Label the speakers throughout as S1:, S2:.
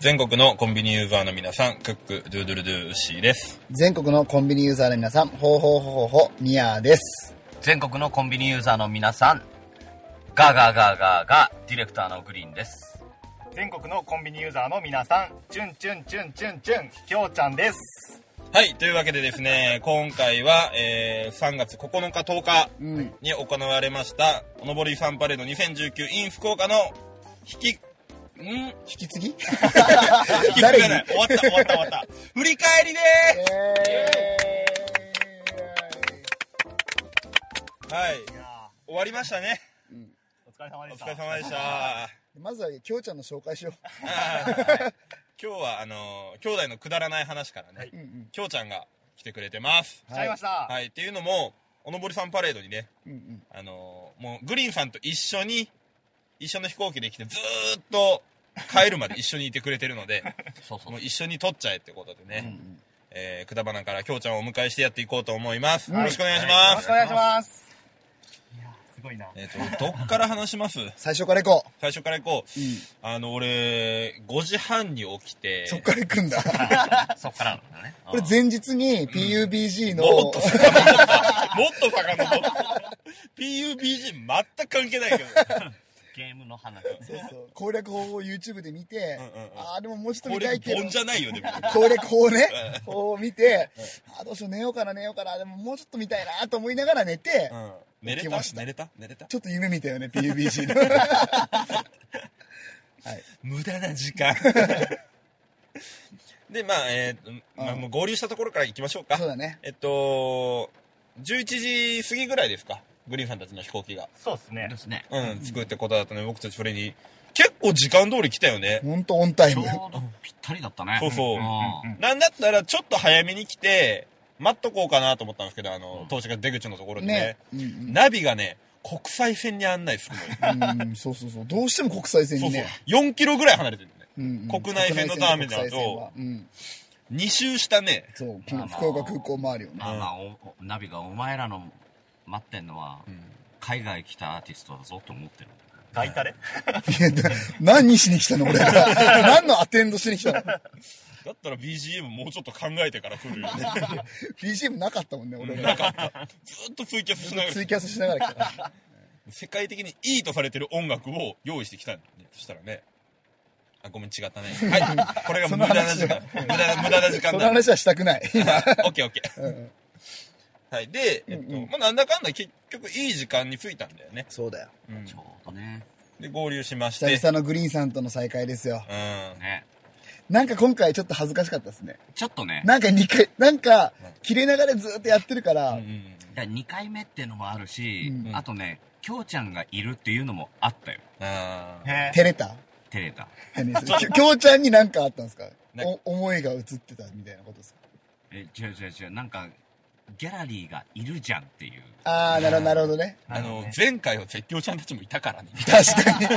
S1: 全国のコンビニユーザーの皆さん、クック、ドゥードゥルドゥー、ウッシーです。
S2: 全国のコンビニユーザーの皆さん、ほうほうほうほう、ミヤーです。
S3: 全国のコンビニユーザーの皆さんガーガーガーガーガーディレクターのグリーンです
S4: 全国のコンビニユーザーの皆さんチュンチュンチュンチュンチュンきょうちゃんです
S1: はい、というわけでですね、今回は、えー、3月9日10日
S2: うん。
S1: に行われました、おのぼりさんパレード 2019in 福岡の引き、ん引
S2: 引き継ぎ
S1: き継が
S2: 誰に
S1: ない。終わった、終わった、終わった。 振り返りでーすはい。終わりましたね。
S4: お疲れ様
S1: お
S4: でし
S1: 疲
S4: た
S1: れ様でした。はい
S2: まずは、きょうちゃんの紹介しよ
S1: 今日は、あのー兄弟のくだらない話からね
S2: う。、うんうん。
S1: きょうちゃんが来てくれてます。
S4: 来ちゃいました、
S1: はい、っていうのも、おのぼりさんパレードにね、
S2: うんうん。
S1: あのーもうグリーンさんと一緒に、一緒の飛行機で来て、ずーっと帰るまで一緒にいてくれてるので、
S3: そうそう
S1: もう一緒に撮っちゃえってことでね、えー、くだばなからきょうちゃんをお迎えしてやっていこうと思います。よろしくお願いし
S4: よ
S1: ま
S4: ろし
S1: す。
S4: くお願いしますいやーすごいな
S1: えっ、と、どっから話します
S2: 最初から行こ
S1: 最初から行こう。
S2: う。うん。
S1: あの、俺、5時半に起きて、
S2: そっから行くんだ。
S3: そっからなんだ ね
S2: これ前日に PUBG の、
S1: もっと遡もっと遡って。PUBG 全く関係ないけど。
S3: ゲームの話
S2: そうそう攻略法を YouTube で見て、
S1: うんうんうん
S2: ああ、でももうちょっと
S1: こ
S2: 見た
S1: れ、
S2: いけど
S1: ボン、じゃないよ、でも。
S2: 攻略法をね、を見て、ああ、どうしよう、寝ようかな、寝ようかな、でももうちょっと見たいなと思いながら寝て、
S1: うん。寝れ
S2: 起き
S1: た
S2: ました
S1: 寝れた寝れた
S2: ちょっと夢見たよね、PUBG の。はい。
S1: 無駄な時間。 で、まあ、えーとまあ、
S2: うん
S1: もう合流したところから行きましょうか
S2: そう。だね。
S1: えっと、11時過ぎぐらいですか。グリーンさんたちの飛行機が。
S4: そうっすね
S3: ですね
S1: うん、着くってことだったね。僕たちそれに。結構時間通り来たよね。
S2: ほんとオンタイ
S3: ちょ
S2: ム
S3: う。どぴったりだったね
S1: そうそう
S3: うん
S4: うん
S1: なんだったら、ちょっと早めに来て、待っとこうかなと思ったんですけど、あ
S3: う
S1: の
S3: ん、
S1: 当時が出口のところでね
S2: ね。。うんうん
S1: ナビがね、国際線に案内するのよ。
S2: うん、そうそうそう。どうしても国際線
S1: そ
S2: に
S1: うそう
S2: ね。。
S1: 4キロぐらい離れてるね。
S2: うんうん
S1: 国内線のターミナルと
S2: 国際線はうん。
S1: 2周したね。
S2: そう、
S3: まあ
S2: 福岡空港周りをね。
S3: まあまあおおナビがお前らの待ってんのは海外来たアーティストだぞって思ってる
S4: ガイタレ
S2: いやだ何しに来たの 俺ら。何のアテンドしに来たの
S1: だったら BGM もうちょっと考えてから来るよね。
S2: BGM なかったもんね、俺
S1: な
S2: ら。
S1: かった。ずーっとツイキャスしながら
S2: ツ、イキャスしながら来たから。
S1: 世界的にいいとされてる音楽を用意してきたんだね。そしたらね。あ、ごめん、違 ったね。はい。これが無駄な時間。無駄な、無駄な時間
S2: その
S1: だ。
S2: 話はしたくない。
S1: オッケーオッケー。
S2: うん
S1: はい。で、えっ
S2: うんう
S1: と
S2: ん、
S1: まあ、なんだかんだ結局いい時間に着いたんだよね。
S2: そうだよ。
S1: うん
S3: ちょうどね
S1: で、合流しまし
S2: 久
S1: て。
S2: 々のグリーンさんとの再会ですよ。
S1: うん。
S3: ね
S2: なんか今回ちょっと恥ずかしかったですね。
S3: ちょっとね
S2: なんか2回、なんか、切れながらずっとやってるから、
S1: うんうん
S3: いや2回目っていうのもあるし、
S2: うん
S3: あとねきょうちゃんがいるっていうのもあったよ
S1: あー
S4: へ
S2: 照れた
S3: 照れた
S2: 何それ きょきょうちゃんになんかあったんですか
S1: な
S2: お思いが映ってたみたいなことですか
S3: え違う違う違うなんかギャラリーがいるじゃんっていう
S2: あー、なるほど、なるほどね。
S1: あの、前回は絶叫ちゃんたちもいたからね。
S2: 確かに。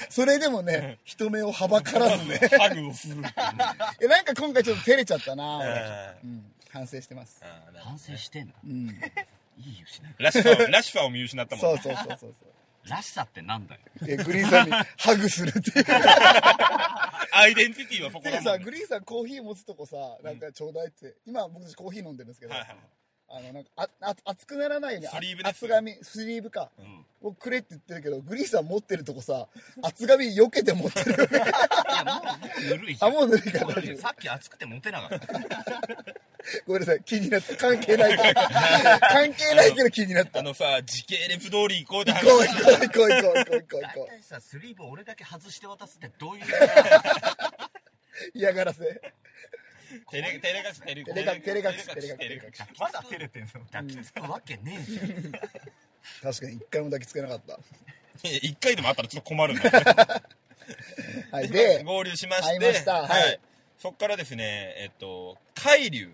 S2: それでもね、人目をはばからずね。
S1: ハグをするっていう。
S2: えなんか今回ちょっと照れちゃったな、俺。
S1: あ
S2: うん、反省してます。
S1: ーなるほどね
S3: 反省してんだ
S2: うん。
S3: いいよしない
S1: ラシファーを、ラシファーを見失ったもん
S2: そ
S1: ね
S2: うそうそうそうそう。
S3: らしさってなんだよ
S2: え、グリーンさんにハグす るっていう。
S1: アイデンティティはそこ
S2: て
S1: だも
S2: か
S1: ん
S2: さ、
S1: ね
S2: グリーンさんコーヒー持つとこさ、なんかちょうだいって、今僕たちコーヒー飲んでるんですけど、
S1: はいはい
S2: あの、なんか、あ、あ熱くならないように、あ
S1: スリーブです
S2: 厚紙、スリーブか。
S3: うん
S2: をくれって言ってるけど、グリーンさん持ってるとこさ、厚紙避けて持ってるよね。
S3: いやもうもうぬるいじゃ
S2: あ、もう塗り方
S3: んもうぬるいさっき暑くて持てなかった
S2: ごめんなさい、気になった。関係ないけど。関係ないけど気になった。
S1: あ
S2: 行こ
S1: のさ、時系列通り行こうで話
S2: う行こう行こう行こう行こう行こう
S3: 大
S2: 行こ
S3: 体さスリーブ俺だけ外して渡すってどういう
S2: う。嫌がらせ。
S1: 照れ、照れ隠し、照れ
S2: 照れ隠し照れ隠し
S1: 照れ
S2: 照れ隠し
S1: 隠し
S4: まだ照れてんの
S3: 抱きつくわけねえじゃん
S2: 確かに一回も抱きつけなかった。
S1: いや一回でもあったらちょっと困るんだよ
S2: は
S1: ね
S2: い、で、
S1: 合流しまして。
S2: 会いましたはい。
S1: そっからですね、えっと、海流。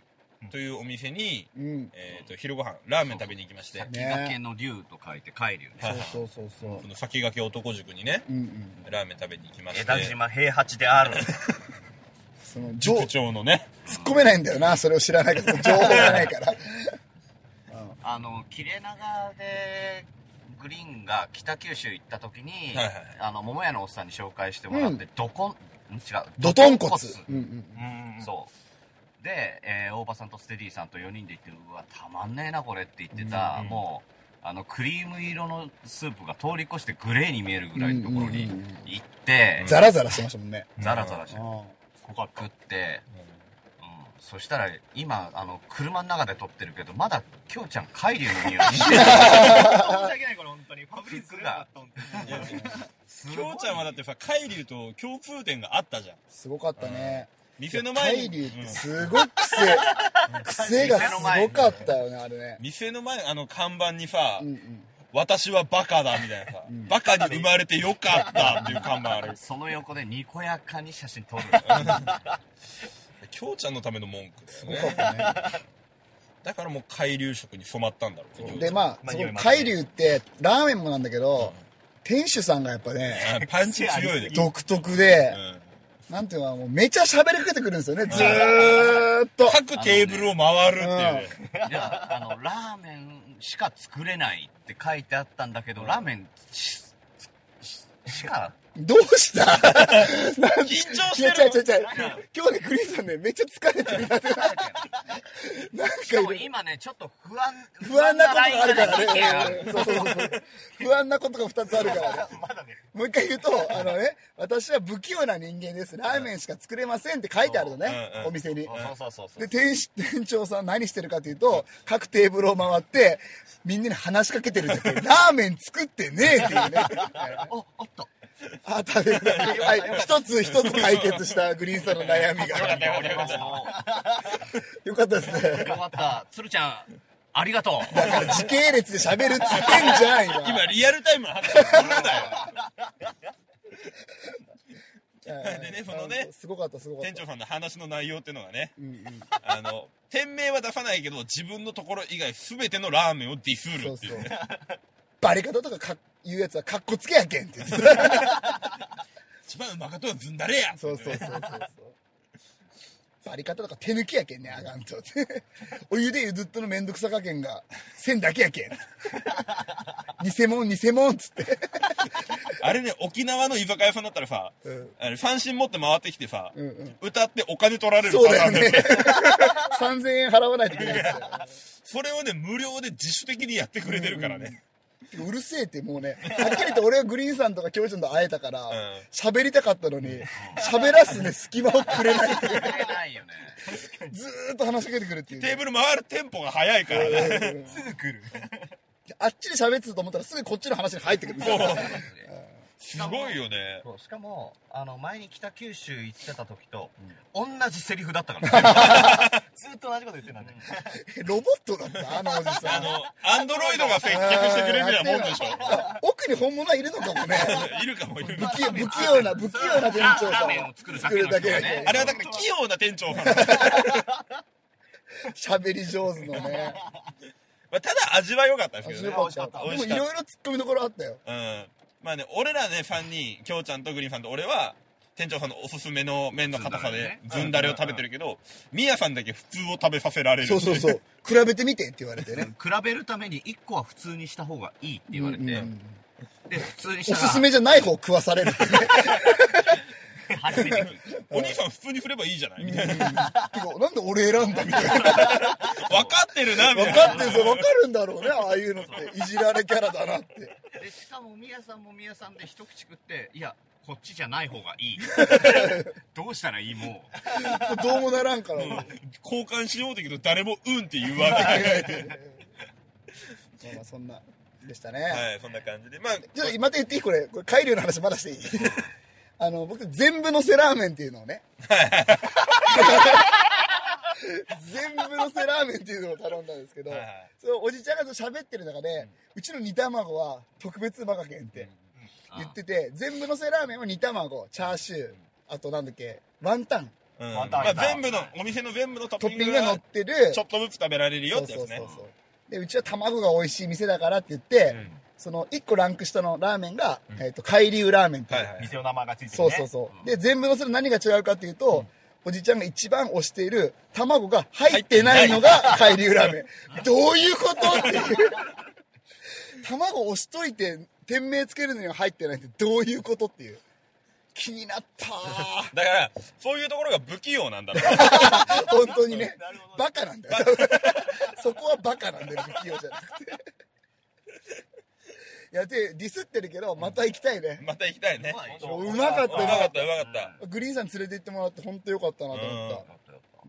S1: というお店に、
S2: うん。
S1: えっと昼ご飯ラーメン食べに行きまして、
S3: 先駆けの竜と書いて海竜
S1: は
S3: ね
S1: い
S2: そうそうそうそう
S1: こ。の先駆け男塾にね
S2: うんうん。
S1: ラーメン食べに行きまして
S3: 枝島平八である
S2: その、情
S1: 塾
S2: 突っ
S1: 長のね
S2: 込めないんだよな、それを知らないから、情報がないから。
S3: あの切れ長でグリーンが北九州行った時に、
S1: はいはい
S3: あの桃屋のおっさんに紹介してもらって、どこんん違う
S2: ドトンコツ
S3: ドト。
S2: うんうん。
S4: うん
S3: そうで、えー大場さんとステディさんと4人で行ってうわたまんねえなこれって言ってた、
S1: うん
S3: もうあのクリーム色のスープが通り越してグレーに見えるぐらいのところに
S2: うんうんうん
S3: 行って、
S2: ザラザラしてましたもんね。
S3: ザラザラして
S4: ここ
S3: 食って、うん、そしたら今あの車の中で撮ってるけどまだきょうちゃん海流の匂いしてる
S4: 申し訳ないこれ本当にファブリーズが
S1: いや
S3: すごい
S1: 京ちゃんはだってさ海流と京風店があったじゃん
S2: すごかったね。
S1: 店の前に
S2: 海流ってすごく癖、癖がすごかったよね、あれね
S1: うん。店の前あの看板にさ、
S2: うんうん。
S1: 私はバカだみたいなさ、
S2: うん
S1: バカに生まれてよかったっていう看板ある
S3: その横でにこやかに写真撮る
S1: 京ちゃんのための文句だ
S2: す
S1: よ
S2: ごかっ
S1: ね
S2: たね。
S1: だからもう海流色に染まったんだろうね京ちゃ
S2: で
S1: ん
S2: まあ
S4: ま
S2: そ
S4: あ匂
S2: の
S4: いもあるね
S2: 海流ってラーメンもなんだけど、店主さんがやっぱね
S1: あパンチ強いで、
S2: 独特で
S1: う、ん
S2: なんていうのかなもうめちゃ喋りかけてくるんですよねずーっと
S1: 各テーブルを回るっていうね
S3: いやあのラーメンしか作れないって書いてあったんだけどラーメンしししか
S2: どうした
S1: 緊張
S2: い
S1: し
S2: や
S1: て
S2: 違う
S1: る
S2: 違う違う今日ねクリスさんねめっちゃ疲れてるなってなんか
S3: しかも
S2: いる
S3: 今ねちょっと不安
S2: 不安なことがあるから
S3: 不安なラインがね
S2: ねうんそうそうそう不安なことが2つあるからね
S4: まだね
S2: もう一回言うと、あのね、私は不器用な人間です。ラーメンしか作れませんって書いてあるのね
S1: うんう、ん
S2: お店に。
S4: そうそうそうそう
S2: で、店主店長さん何してるかというと、各テーブルを回って、みんなに話しかけてるだけ。ラーメン作ってねえっていうね。
S3: おおっと
S2: あ、食べたい。はい。一つ一つ解決したグリーンさんの悩み
S1: よかった
S2: が。
S1: よかった
S2: よかったですね。
S3: よかった鶴ちゃんありが とう
S2: だから時系列で喋るっつってんじゃん、今。
S1: 今リアルタイムの話するなよ
S2: で
S1: ねそのね
S2: すごかった、すごかっ
S1: 店
S2: た
S1: 長。さんの話の内容っていうのがね
S2: うんうん
S1: あの店名は出さないけど自分のところ以外全てのラーメンをディスる
S2: そう
S1: ってい
S2: そう
S1: うね。
S2: バリ方とかか言うやつはかっこつけやけ んって言ってた。
S1: 一番うまかとはずんだれや
S2: そうそうそうそうそう。バリ方とか手抜きやけんね、あがんと。 お湯でゆずっとのめんどくさ加減が、線だけやけん。偽物、偽物っつって。
S1: あれね沖縄の居酒屋さんだったらさ
S2: うん
S1: あれ三振持って回ってきてさ、
S2: うんうん
S1: 歌ってお金取られる
S2: そう
S1: パター
S2: だよ
S1: ンだよ
S2: ね
S1: ね。
S2: 3000円払わないといけないですよ
S1: それをね無料で自主的にやってくれてるからね、
S2: てかうるせえってもうね、はっきり言って俺はグリーンさんとか京ちゃんと会えたから
S1: ん、
S2: 喋、りたかったのに、喋らすね、隙間をくれ ないっていう。
S3: くれないよね
S2: ずーっと話しかけてくるっていうね、
S1: テーブル回るテンポが早いからね
S4: すぐ来る
S2: あっちで喋ってると思ったらすぐこっちの話に入ってくるみたいな。
S1: すごいよね
S3: そうしかもあの前に北九州行ってた時と、同じセリフだったからね
S4: ずっと同じこと言ってたんだよ
S2: ロボットだったあのおじさ
S1: あ
S2: ん。
S1: のアンドロイドが接客してくれるようなもんでしょ
S2: 奥に本物はいるのかもね。
S1: いるかもいる
S2: 不
S1: かも
S2: 器用不器用な、不器用な店長さ
S3: ラー
S2: ん
S3: メンを
S2: を
S3: 作るだ
S2: 作
S3: け
S2: る
S3: の
S2: だけ
S3: 人
S2: だけ
S3: はね
S1: あれはだから器用な店長なのま
S2: 喋り上手のね。
S1: あただ味は良かったですけど
S2: 味
S1: ね
S2: よか
S1: 美味
S2: った。でも
S1: し
S2: い
S1: かった
S2: ろいろ突っ込みどころあったよ。
S1: うんまあね俺らね3人京ちゃんとグリーンさんと俺は店長さんのおすすめの麺の硬さでずんだれを食べてるけどみやさんだけ普通を食べさせられる
S2: そうそうそう。比べてみてって言われてね。
S3: 比べるために1個は普通にした方がいいって言われて、
S2: うんうん
S3: で普通にし
S2: お
S3: たら
S2: すすめじゃない方を食わされるってね。
S3: 初めて聞い た
S1: お兄さん普通に振ればいいじゃないみたいな
S2: てかなんで俺選んだみたいな。
S1: 分かってるなみた
S2: 分
S1: いな
S2: かってるぞ、分かるんだろうね。ああいうのって。いじられキャラだなって。
S3: でしかもみやさんもみやさんで一口食っていやこっちじゃない方が いいどうしたらいいも
S2: どうもならんから。もう
S1: 交換しようだけど誰もうんって言うわけない
S2: まあまあそんな、でしたね。
S1: はいそんな感じでまあ
S2: ちょっとまた言っていいこれ、これ、海流の話まだしていいあの、僕、全部のせラーメンっていうのをね。全部のせラーメンっていうのを頼んだんですけど
S1: はいはい、
S2: そのおじちゃんが喋ってる中で、うちの煮卵は特別馬鹿けんって
S3: う
S2: 言ってて、全部のせラーメンは煮卵、チャーシュー、あとなんだっけ、ワンタン
S1: ううん
S4: また
S1: ま
S4: 会
S1: あ、
S4: えた
S1: 全部の、お店の全部のト
S2: ト
S1: ッ
S2: ッ
S1: ピ
S2: ピ
S1: ン
S2: ン
S1: グ
S2: グが乗
S1: が
S2: っ、てる
S1: ちょっとずつ食べられるよってやつね。
S2: そうそうそうそうでうちは卵が美味しい店だからって言って、
S1: うん
S2: その1個ランク下のラーメンが、
S1: うん
S2: えっと海流ラーメンっていう、
S1: はいはい。
S4: 店の名前がついてるね
S2: そうそうそう、で全部のそれ何が違うかっていうと、おじちゃんが一番推している卵が入ってないのが海流ラーメンどういうことっていう卵押しといて店名つけるのには入ってないってどういうことっていう気になったー
S1: だから、そういうところが不器用なんだろう。
S2: 本当にね
S4: なるほど
S2: バカなんだ よそこはバカなんだよ不器用じゃなくていやでディスってるけどまた行きたいね、
S1: また行きたいね。
S3: まいでし
S2: う
S3: ょ
S2: まかっ
S1: う
S2: た
S1: ま
S2: な
S1: かった、うまかった。
S2: グリーンさん連れて行ってもらって本当よかったなと思った、
S1: うん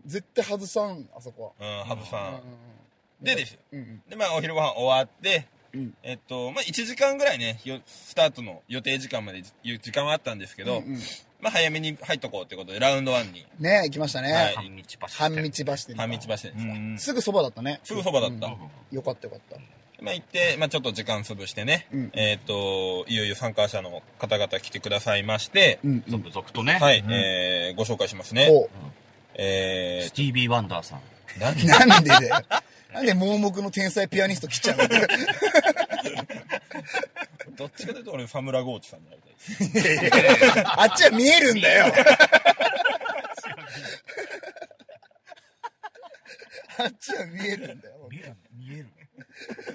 S2: 絶対外さんあそこ
S1: うん、ハブ
S2: は、
S1: さ
S2: うんうん
S1: ん。でですよ。
S2: うんうん
S1: で、まあ、お昼ご飯終わって、
S2: うん
S1: えっと、まあ、1時間ぐらいね、よスタートの予定時間までいう時間はあったんですけど、
S2: うんうん
S1: まあ、早めに入っとこうってことで、ラウンド1に
S2: ね行きましたね、
S1: はい
S3: 半日パシ
S2: 半道走って
S1: 半道走ってですか。
S2: すぐそばだったね
S1: すぐそばだった。
S2: よかったよかった
S1: まあ、行って、まあ、ちょっと時間潰してね、
S2: うん
S1: えっと、いよいよ参加者の方々来てくださいまして、
S2: うんうん
S3: 続々とね、
S1: はい、
S4: うん
S1: えー、ご紹介しますね。
S2: お
S1: え
S3: スティービー・ワンダーさん。
S1: ー、なん
S2: なんでだよなんで盲目の天才ピアニスト来ちゃうの
S1: どっちかというと俺、ファムラゴーチさんになりたいです。
S2: あっちは見えるんだよあっちは見えるんだよ、
S3: 見える見える。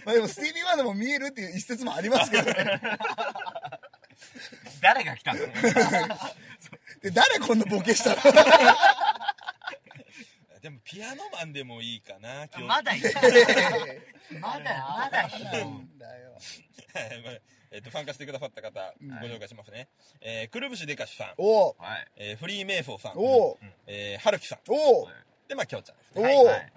S2: まあ、でもスティービー・ワンダーも見えるっていう一説もありますけどね
S3: 誰が来たんだろう
S2: で誰こんなボケしたの
S1: でも、ピアノマンでもいいかな、今日。
S3: まだいた。まだ、まだい
S2: な
S3: る。
S2: んだよ
S1: はいまあえっと、参加してくださった方、
S2: うん
S1: ご紹介しますね。えー、くるぶしでかしさん、
S2: おう
S3: はい。
S1: えー、フリーメイソーさん、
S2: おう
S1: えー、はるきさん、
S2: おう
S1: で、まあ、きょうちゃんです
S2: お
S1: ね。
S2: お、
S3: はい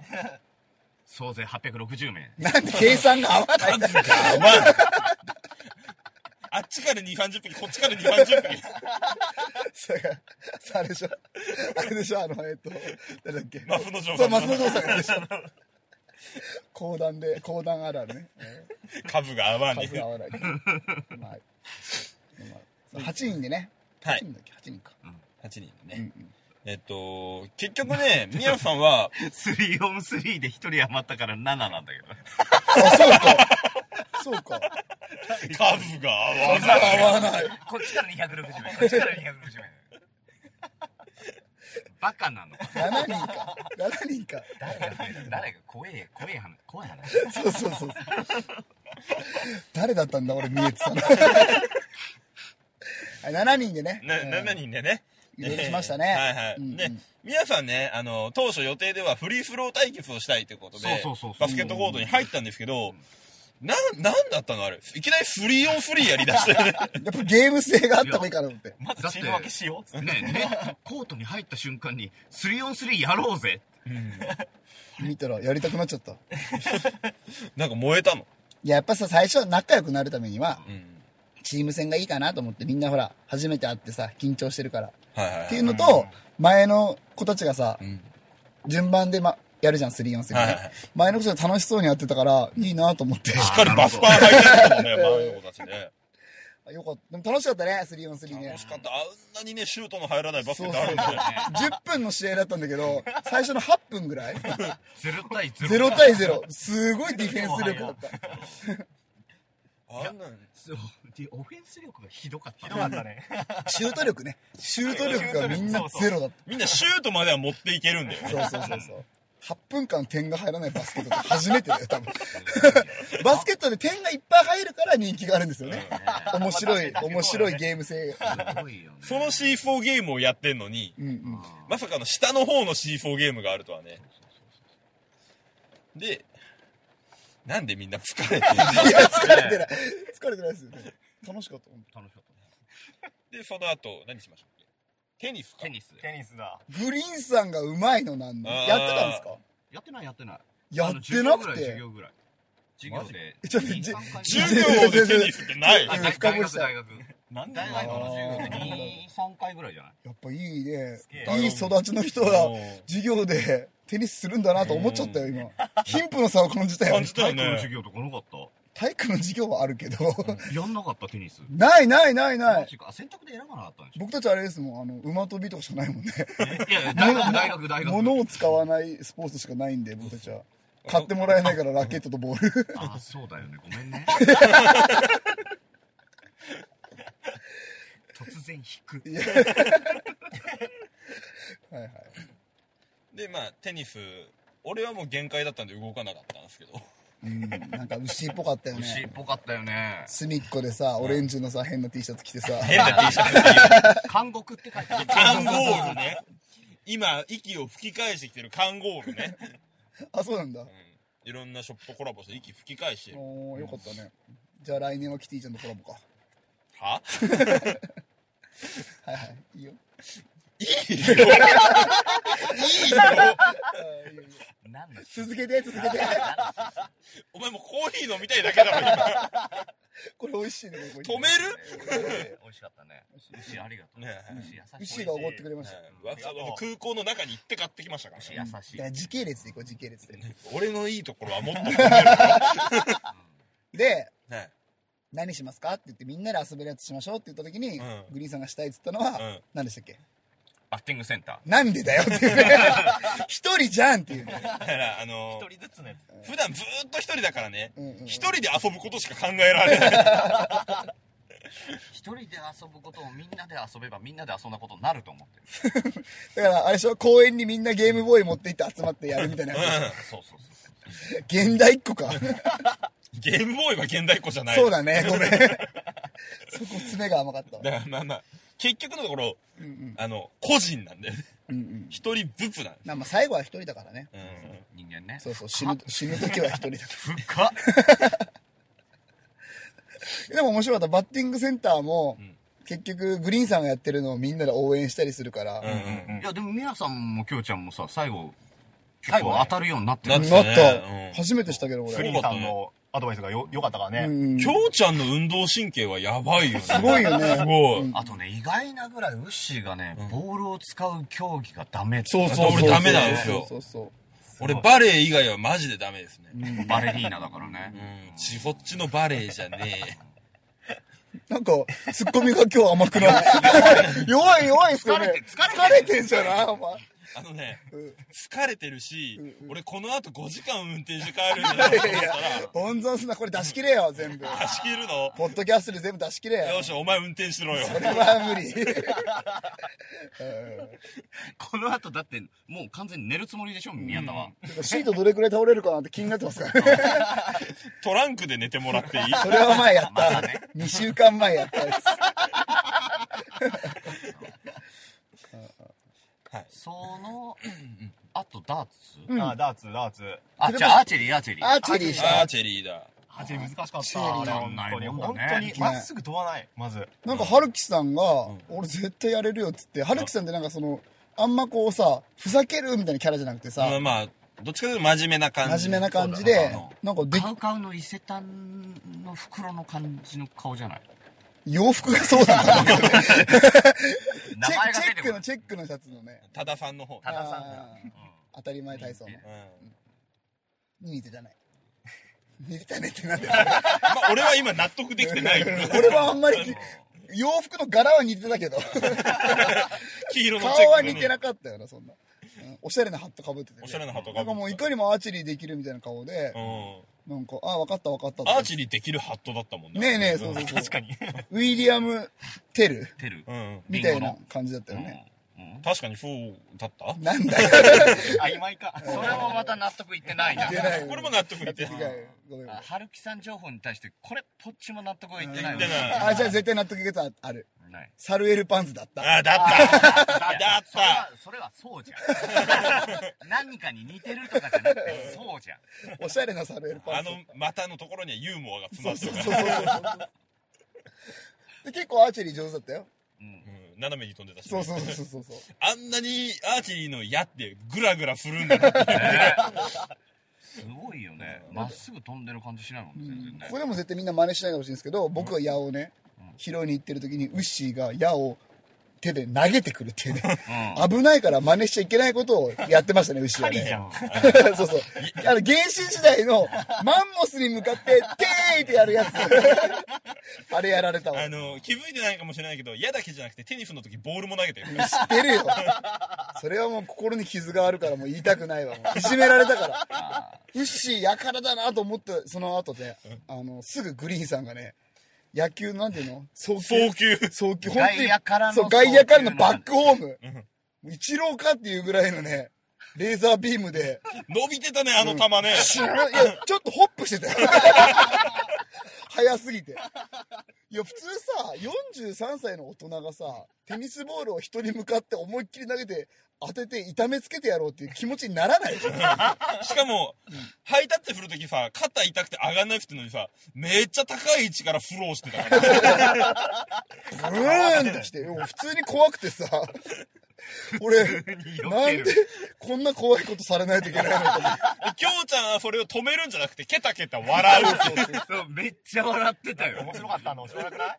S3: 総勢860名。
S2: なんで計算が合わない
S1: 数がまあ、あっちから2、30匹、こっちから2、30匹。
S2: それがさあれでしょあれでしょあのえっと誰だっけ
S1: マフの城
S2: そ
S1: さ。
S2: うん松本さんでしょ講談で講談あるあるね
S1: 数が合わね
S2: 数
S1: え
S2: が合。わないまあまあ8人でね
S1: は
S2: 8
S1: い
S2: 人だっけ8人か
S1: 8人で
S2: うんう
S1: ね。
S2: ん
S1: えっと、結局ね、みやさん は、
S3: 3オン3で1人余ったから7なんだけど。
S2: あそうかそうか
S1: 数が合わ
S2: 数が合わない
S3: こっちから260名。こっちから260名。バカなの。
S2: 7人か7人か
S3: 誰が、誰が怖え、怖え話、怖い話。
S2: そうそうそうそう。誰だったんだ、俺見えてたの。7人でね。
S1: な、
S2: うん
S1: 7人でね。
S2: いろいろしましたね。
S1: はいはい。
S2: うんうん
S1: で、皆さんね、あの、当初予定ではフリースロー対決をしたいということで
S3: そうそうそうそう、
S1: バスケットコートに入ったんですけど、な、なんだったのあれ。いきなりフリーオンフリーやりだして、
S2: やっぱゲーム性があった方がいいかなと思って。
S3: まず
S4: チーム分けしようっつって
S3: ねね、コートに入った瞬間に、3オン3やろうぜ。
S2: 見たらやりたくなっちゃった。い
S1: なんか燃えたの。
S2: や、やっぱさ、最初仲良くなるためには、
S1: うん。
S2: チーム戦がいいかなと思って、みんなほら、初めて会ってさ、緊張してるから。
S1: はいはいはい。
S2: っていうのと、前の子たちがさ
S1: う、ん
S2: 順番でま、やるじゃん、3 4 3
S1: はいはいはい
S2: ね。前の子たちが楽しそうにやってたから、いいなと思って。
S1: し っかりバスパン履いてたもんね、周りの子たちね。
S2: よかった。でも楽しかったね、3 4 3ね
S1: 楽。しかった。あんなにね、シュートの入らないバスケ
S2: そ
S1: っ
S2: う
S1: て
S2: そう
S1: あ
S2: そ
S1: る
S2: うん
S1: だね。
S2: 10分の試合だったんだけど、最初の8分ぐらい
S3: 0対0。
S2: 0対0。すごいディフェンス力だった。
S1: あんなん
S3: そう。で、オフェンス力がひどかった。
S4: ひどかったね
S2: シュート力ね。シュート力がみんなゼロだっ
S1: みんなシュートまでは持っていけるんだよ
S2: た。
S1: ね。
S2: そうそうそうそう。8分間点が入らないバスケットって初めてだよ、多分。バスケットで点がいっぱい入るから人気があるんですよね。面白い、面白いゲーム性。
S3: すごいよね。
S1: その C4 ゲームをやってんのに、
S2: うんうん。
S1: まさかの下の方の C4 ゲームがあるとはね。で、なんでみんな疲れてる
S2: いや、疲れてない。疲れてないですよね。楽しかった。
S3: 楽しかったね。
S1: で、その後、何しましたっけテニスか
S3: テニス。
S4: テニスだ
S2: グリーンさんがうまいのなんの。
S1: あー
S2: やってたんですか
S3: やってないやってない。
S2: やってなく
S3: 授
S2: て。
S3: 業ぐらい。授業ぐらい
S2: えちょ
S3: 授
S2: っと
S3: 業で。
S2: じ
S3: 2 3回
S1: 10秒でテニスってない
S3: あ
S2: うん
S3: 大
S2: 深
S3: 大
S2: 掘り
S3: 学
S2: した
S3: 大学。
S1: なんで
S3: 大学の授業で2、3回ぐらいじゃない
S2: やっぱいいね
S4: すげ。え
S2: いい育ちの人が授業でテニスするんだなと思っちゃったよ、今。貧富の差を感じたよ
S1: 感。じた
S3: 体
S1: よ
S3: 育の
S1: ね
S3: 授。業とかなかった
S2: 体育の授業はあるけど、
S3: やんなかった、テニス。
S2: ないないないな
S3: マ
S2: い。
S3: ジか。あ選択で選ばなかったんでしょ
S2: 僕たちあれですもん、あの、馬跳びとかしかないもんね。
S3: えいや、大学、大学、大学。
S2: 物を使わないスポーツしかないんで、僕たちは。買ってもらえないから、ラケットとボール。
S3: あ、そうだよね。ごめんね。突然引く。
S2: いやはいはい。
S1: で、まあ、テニス、俺はもう限界だったんで動かなかったんですけど。
S2: うん、なんか牛っぽかったよ
S3: 牛っ
S2: ね。
S3: ぽかったよね。
S2: 隅っこでさ、オレンジのさ、変な T シャツ着てさ、
S1: 変な T シャツ
S3: 監獄って書いてある。
S1: カンゴールね。今、息を吹き返してきてるカンゴールね。
S2: あ、そうなんだ
S1: うん。いろんなショップとコラボして息吹き返してる。
S2: おー、よかったね。じゃあ来年はキティちゃんとコラボか。
S1: は
S2: はいはい。いいよ。
S1: いいよ。いいよ。
S2: あいいよいいよ
S3: 何の続
S2: 続けて、続けて。
S1: お前もうコーヒー飲みたいだけだろ、今
S2: これ美味しいね、ここ
S1: 止める
S3: 美味しかったね。牛ありがとう。
S1: ねえ
S3: 牛優しい。
S2: 牛がおごってくれました。
S1: はいわざわざ空港の中に行って買ってきましたから、
S3: 牛
S1: ね
S3: 優。しい
S2: だか。ら時系列でいこう、時系列で。
S1: 俺のいいところ はもっと。
S2: で、
S1: ね
S2: 何しますかって言ってみんなで遊べるやつしましょうって言った時に、
S1: うん
S2: グリーンさんがしたいって言ったのは、
S1: うん
S2: 何でしたっけ
S3: バッティングセンター。
S2: なんでだよっていうね一人じゃんっていうね。
S1: だから、あの
S4: 一人ずつのやつ
S1: 普段ずーっと一人だからね、
S2: うんうんうん
S1: 一人で遊ぶことしか考えられない。
S3: 一人で遊ぶことをみんなで遊べばみんなで遊んだことになると思ってる。
S2: だから、あれでしょ公園にみんなゲームボーイ持って行って集まってやるみたいなやつでしょ。
S3: そうそうそう。
S2: 現代っ子か。
S1: ゲームボーイは現代っ子じゃない。
S2: そうだね、ごめん。そこ詰めが甘かったわ。
S1: だからまあまあ、結局のところ、
S2: うんうん。
S1: あの、個人なんだ よね。
S2: うんうん。
S1: 一人ずつなん
S2: まあまあ最後は一人だからね。
S1: うん。
S3: 人間ね。
S2: そうそう、死ぬ、死ぬ時は一人だか
S3: 深っ。
S2: ら。でも面白かった。バッティングセンターも、
S1: ん
S2: 結局、グリーンさんがやってるのをみんなで応援したりするから、
S1: うんうん
S3: いや、でも、みやさんもきょうちゃんもさ、最後、
S4: 最
S3: 最
S4: 後ね
S3: 後当たるようになって
S1: な
S3: る。
S2: な
S1: っ
S2: ってた、
S1: ねうん
S2: 初めてしたけど、俺。
S4: グリーンさんのアドバイスがよよかったからね、
S2: うん、
S1: きょうちゃんの運動神経はやば いよね。す
S2: ごいよね
S1: すごい。
S3: あとね、意外なぐらい、ウッシーがね、ボールを使う競技がダメって
S2: そうそうそう
S1: 俺ダメなんです
S2: そ
S1: よ
S2: うそう
S1: 俺バレエ以外はマジでダメですね。
S2: そううん
S3: バレリーナだから
S1: う
S3: ね。
S1: ん。ちそっちのバレエじゃ ね
S2: なんか、ツッコミが今日甘く ない。弱い弱いっすよね。疲れてんじゃないお前。
S1: え。あのね、
S2: うん
S1: 疲れてるし
S2: うんう、ん
S1: 俺この後5時間運転して帰るんだ なと思ったら、
S2: 温存すんな、これ出し切れよ、全部。
S1: 貸し切るの
S2: ポッドキャストで全部出し切れよ
S1: よ。し、お前運転しろよ。
S2: これは無理。
S3: この後だって、もう完全に寝るつもりでしょ、宮田は。
S2: うんシートどれくらい倒れるかなって気になってますから ね。
S1: トランクで寝てもらっていい
S2: それは前やっ
S3: ま だ
S2: た
S3: ね。
S2: 2週間前やったや
S3: その、あとダーツ
S2: うん
S4: あダーツダーツ
S3: あ、
S2: それ
S3: じ
S2: も
S3: ゃあ、アーチェリー、アーチェリ
S2: つ。ア
S3: ー。
S2: ーチェリーし
S1: あー
S2: た。
S1: チェリーだ。
S4: あれ難しかった
S2: チェリー
S4: あれ本当に
S3: ないもん
S4: 本
S3: だね
S4: 当にまっすぐ飛ばないまず
S2: なんか、春樹さんが、俺絶対やれるよっつって、春樹さんってなんかその、あんまこうさ、ふざけるみたいなキャラじゃなくてさ、
S1: まあまあ、どっちかというと真面目な感じ。
S2: 真面目な感じ
S1: そうだ
S2: で
S1: な、
S2: なんかで
S3: カ、ウカウの伊勢丹の袋の感じの顔じゃない
S2: 洋服がそうなん だね
S3: 名
S2: チェ
S3: 前が
S2: チ
S3: 出
S2: ェッ
S3: てこ
S2: ク
S3: な
S2: の、
S3: い。
S2: チェックのシャツのね。
S1: 多田さんの方。
S3: 多田さん
S2: あー
S3: うん
S2: 当たり前体操の。
S1: うん。
S2: 似てた ね。似てたねってなんだよ。
S1: まあ、俺は今納得できてない。
S2: 俺はあんまり、洋服の柄は似てたけど、
S1: 黄色のチェック。
S2: 顔は似てなかったよな、そんな。うんおしゃれなハットかぶってて、ね。
S1: おしゃれなハットかぶってた
S2: なんかもういかにもアーチェリーできるみたいな顔で
S1: う、ん。
S2: なんか、あ、わかったわかったって。
S1: アーチェリーできるハットだったもんね。
S2: ねえねえ、そうそうそう。
S4: 確かに
S2: ウィリアム・テル
S3: テル。
S1: うん。
S2: みたいな感じだったよね。
S3: うん
S1: 確かにそうだった
S2: なんだよ。
S4: 曖昧か
S3: それもまた納得いってないな
S2: 出。ない。
S1: これも納得いって
S2: 違。
S1: ないう
S2: ごめんごめん
S3: あ春樹さん情報に対して、これ、どっちも納得いってないい
S1: っ
S3: わ。
S1: てない
S2: あ、じゃあ絶対納得いくやつあある。
S3: ない。
S2: サルエルパンツだった。
S1: あ、だ った
S3: だ
S1: だった
S3: それはそうじゃん何かに似てるとかじゃなくてそうじゃん
S2: おしゃれなサルエルパ
S1: あ
S2: ンツ
S1: の。、股のところにはユーモアが詰
S2: そ
S1: ま
S2: う
S1: って
S2: そう
S1: る
S2: そう
S1: か
S2: そう
S1: ら。
S2: で結構アーチェリー上手だったよ。
S3: うん
S1: うん斜めに飛んでたし。
S2: そうそうそうそうそう。
S1: あんなにアーチェリーの矢ってグラグラ振るんだなっていう
S3: すごいよねまっすぐ飛んでる感じしないもんね全然ね
S2: ここでも絶対みんな真似しないでほしいんですけど、僕は矢をね、拾いに行ってる時に、ウッシーが矢を手で投げてくるっていうね。
S3: うん
S2: 危ないから真似しちゃいけないことをやってましたね、牛は
S4: 狩りじゃ
S2: ね。
S4: ん。
S2: そうそう。あの、原始時代のマンモスに向かって、てーいってやるやつ。あれやられたわ。
S1: あの、気づいてないかもしれないけど、矢だけじゃなくてテニスの時ボールも投げてる。
S2: 知ってるよ。それはもう心に傷があるからもう言いたくないわ。いじめられたから。ウッシーやからだなと思って、その後で、あの、すぐグリーンさんがね、野球なんていうの送
S1: 早球。
S2: 送球、
S3: 外野からの
S2: そう、外野からのバックホーム。イチローかっていうぐらいのね、レーザービームで、
S1: 伸びてたね、あの球ね。
S2: シューンいや、ちょっとホップしてた よ。早すぎ て。いや、普通さ、43歳の大人がさ、テニスボールを人に向かって思いっきり投げて、当てて痛めつけてやろうっていう気持ちにならないでしょ。
S1: しかも、ハイタッチ振るときさ、肩痛くて上がんなくてのにさ、めっちゃ高い位置からフローしてた から。
S2: ブーンってして、普通に怖くて さ、俺、なんでこんな怖いことされないといけないのかな
S1: きょうちゃんはそれを止めるんじゃなくて、ケタケタ笑う。
S3: そう、めっちゃ笑ってたよ
S4: 面。白かったの、面白くない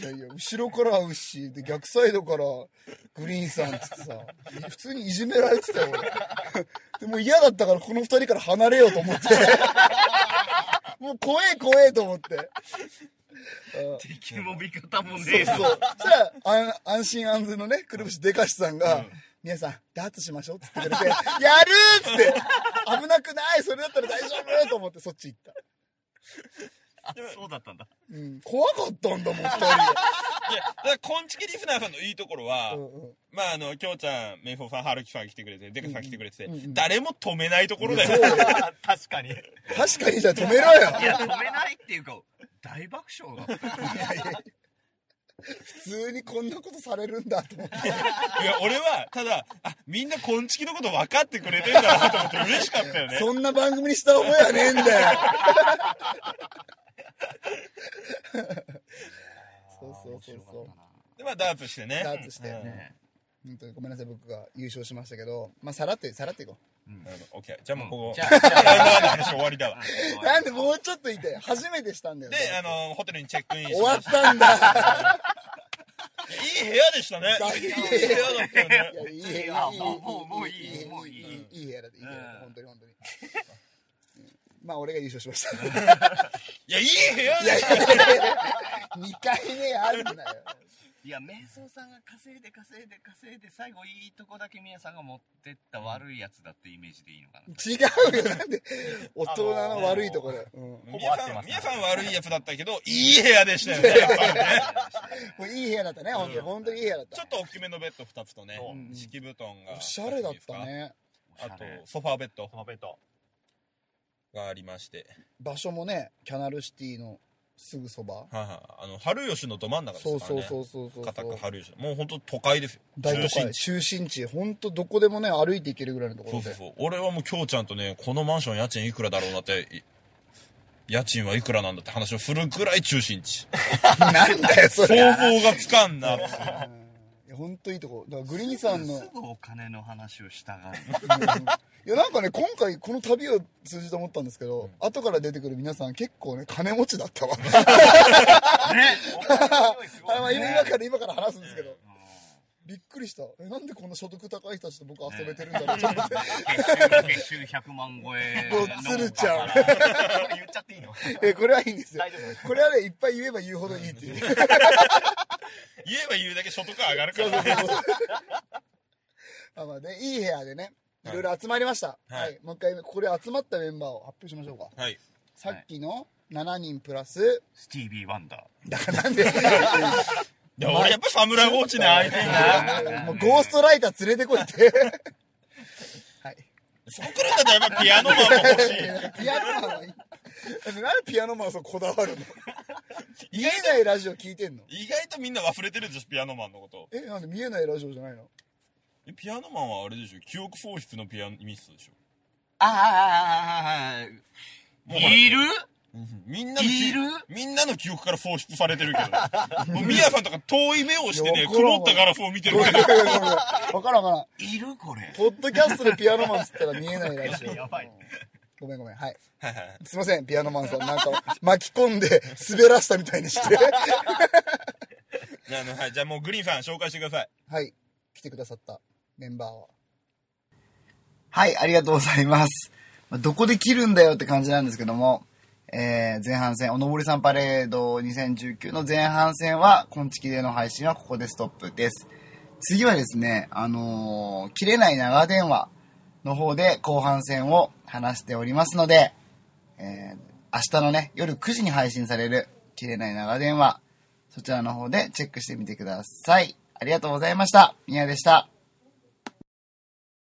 S2: いやいや、後ろからウッシーで、逆サイドからグリーンさんっつってさ、普通にいじめられてたよ、俺。でもう嫌だったから、この二人から離れようと思って。 もう怖え怖えと思って。あ
S3: 敵も味方もね
S2: そうそう。そしたら、安安心安全のね、くるぶしでかしさんが、皆さん、ダーツしましょうっつってくれて、やるーっつって、危なくないそれだったら大丈夫と思ってそっち行った。
S3: あ、そうだったんだ。
S2: うん、怖かったんだもん、二人
S1: いや、だから、こんちきリスナーさんのいいところは、
S2: で。うんうん
S1: まあ、あの、きょうちゃん、メイフォーさん、はるきさん来てくれて、でかさん来てくれて、
S2: うんうん
S1: 誰も止めないところだ
S2: そう
S1: よ。
S2: よ。
S4: 確かに。
S2: 確かにじゃあ止めろよ。
S3: いや、止めないっていうか、大爆笑だった。
S2: 普通にこんなことされるんだと思って。
S1: いや、俺は、ただ、あ、みんなこんちきのこと分かってくれてんだなと思って嬉しかったよね。
S2: そんな番組にした覚えはねえんだよ。そうそうそうそう
S1: で、まあ、ダーツしてね。
S2: ダーツして
S1: うん
S2: ね本当にごめんなさい、僕が優勝しましたけど、まあ、さらって、さらっていこ
S1: うんオッケー。じゃあもうここ、
S3: じゃ
S1: タイ
S3: あ、じ
S1: ムア
S3: ゃ
S1: ウトの 話終わりだわ。
S2: う。
S3: あ
S2: なんでもうちょっといて、初めてしたんだよ。
S1: で、あの、ホテルにチェックインして。
S2: 終わったんだ。
S1: いい部屋でしたね。
S2: 大変
S1: いい部屋だったよね。
S2: いや、いい部屋、いい
S3: あもうもうもういいもういい
S2: いい部屋だって、いい部屋だって、
S3: うん
S2: 本当に本当に。まあ、俺が優勝しました。
S1: いや、いい部屋でした。
S2: 2回目あるんだよ。
S3: いや、瞑想さんが稼いで稼いで稼いで、最後いいとこだけ宮さんが持ってった悪いやつだってイメージでいいのかな。
S2: 違うよ、なんで。大人の悪いところ。うん
S4: ほぼ
S1: 皆
S4: 合っ
S1: さ
S4: て
S1: ん、
S4: ます
S1: 皆さん悪いやつだったけど、いい部屋でしたよね、やっぱりね。
S2: これいい部屋だったね、本当に。本当にいい部屋だっ
S1: ち
S2: た、
S1: ょ。っと大きめのベッド2つとね
S4: そう
S1: 敷布団が。
S2: おしゃれだった。ね。
S1: あと
S3: おしゃれ、
S1: ソファーベッド
S4: トマベッ ト。
S1: がありまして。
S2: 場所もね、キャナルシティのすぐそば。
S1: はいはい。あの、春吉のど真ん中ですか
S2: そ
S1: ら
S2: う
S1: ね。
S2: そうそうそうそう。
S1: 片区春吉。もう本当都会ですよ。
S2: 大都
S1: 中心
S2: 会、
S1: 地
S2: 中心地。本当どこでもね、歩いていけるぐらいのとこ
S1: そ
S2: ろ
S1: うそう
S2: で。
S1: そう。俺はもう今日ちゃんとね、このマンション家賃いくらだろうなって、い家賃はいくらなんだって話をするぐらい中心地。
S2: なんだよ、そ
S1: 想
S2: れ。
S1: 像がつかんな。
S2: いや本当いいとこ。だからグリーンさんの。
S3: すぐお金の話をしたがる。
S2: いやなんかね、今回この旅を通じて思ったんですけど、後から出てくる皆さん結構ね、金持ちだ ったわ。あまあ今から今から話すんですけど。びっくりした。え、なんでこんな所得高い人たちと僕遊べてるんだろ うと思って。
S3: 月収100万超え。
S2: もう鶴ちゃん
S3: 言っちゃっていいの
S2: え、これはいいんですよ
S4: 大丈夫です。
S2: これはね、いっぱい言えば言うほどいいって いう。
S1: 言えば言うだけ所得上がるか
S2: そう
S1: ら
S2: そう
S1: ね。
S2: そう。まあまあね、いい部屋でね、いろいろ集まりました。
S1: はい
S2: はい。もう一回、ここで集まったメンバーを発表しましょうか。
S1: はい。
S2: さっきの7人プラス、
S3: スティービー・ワンダー。
S2: だから なんで、
S1: いや、俺やっぱ侍ゴーチね、相手にな。
S2: もうゴーストライター連れてこいって。はい。
S1: そこからだったらやっぱピアノマンも 欲し
S2: ピアノマンはいい。なんでピアノマンはそうこだわるの見えないラジオ聞いてんの
S1: い。意外とみんな忘れてるでしょ、ピアノマンのこと。
S2: え、なんで見えないラジオじゃないの
S1: えピアノマンはあれでしょ、記憶喪失のピアニストでしょ。
S3: ああ、いる
S1: みんなの記
S3: いる
S1: みんなの記憶から喪失されてるけど。もうミヤさんとか遠い目をしてね、
S2: いやわからん
S1: 曇ったガラスを見てる
S2: わ
S1: け
S2: か
S1: ど。
S2: らんわからん。
S3: いるこれ。
S2: ポッドキャストでピアノマンっつったら見えないラジオ。
S4: やばい。
S5: ごめんごめん。はい。
S1: はいはいはい。
S5: すいません、ピアノマンさん。なんか、巻き込んで、滑らしたみたいにして。
S1: じゃあ、あの、はい。じゃあもうグリーンさん紹介してください。
S5: はい。来てくださったメンバーは。
S2: はい、ありがとうございます。まあどこで切るんだよって感じなんですけども、えー、前半戦、おのぼりさんパレード2019の前半戦は、今月での配信はここでストップです。次はですね、あのー切れない長電話の方で後半戦を話しておりますので、えー、明日のね、夜9時に配信される、切れない長電話、そちらの方でチェックしてみてください。ありがとうございました。宮でした。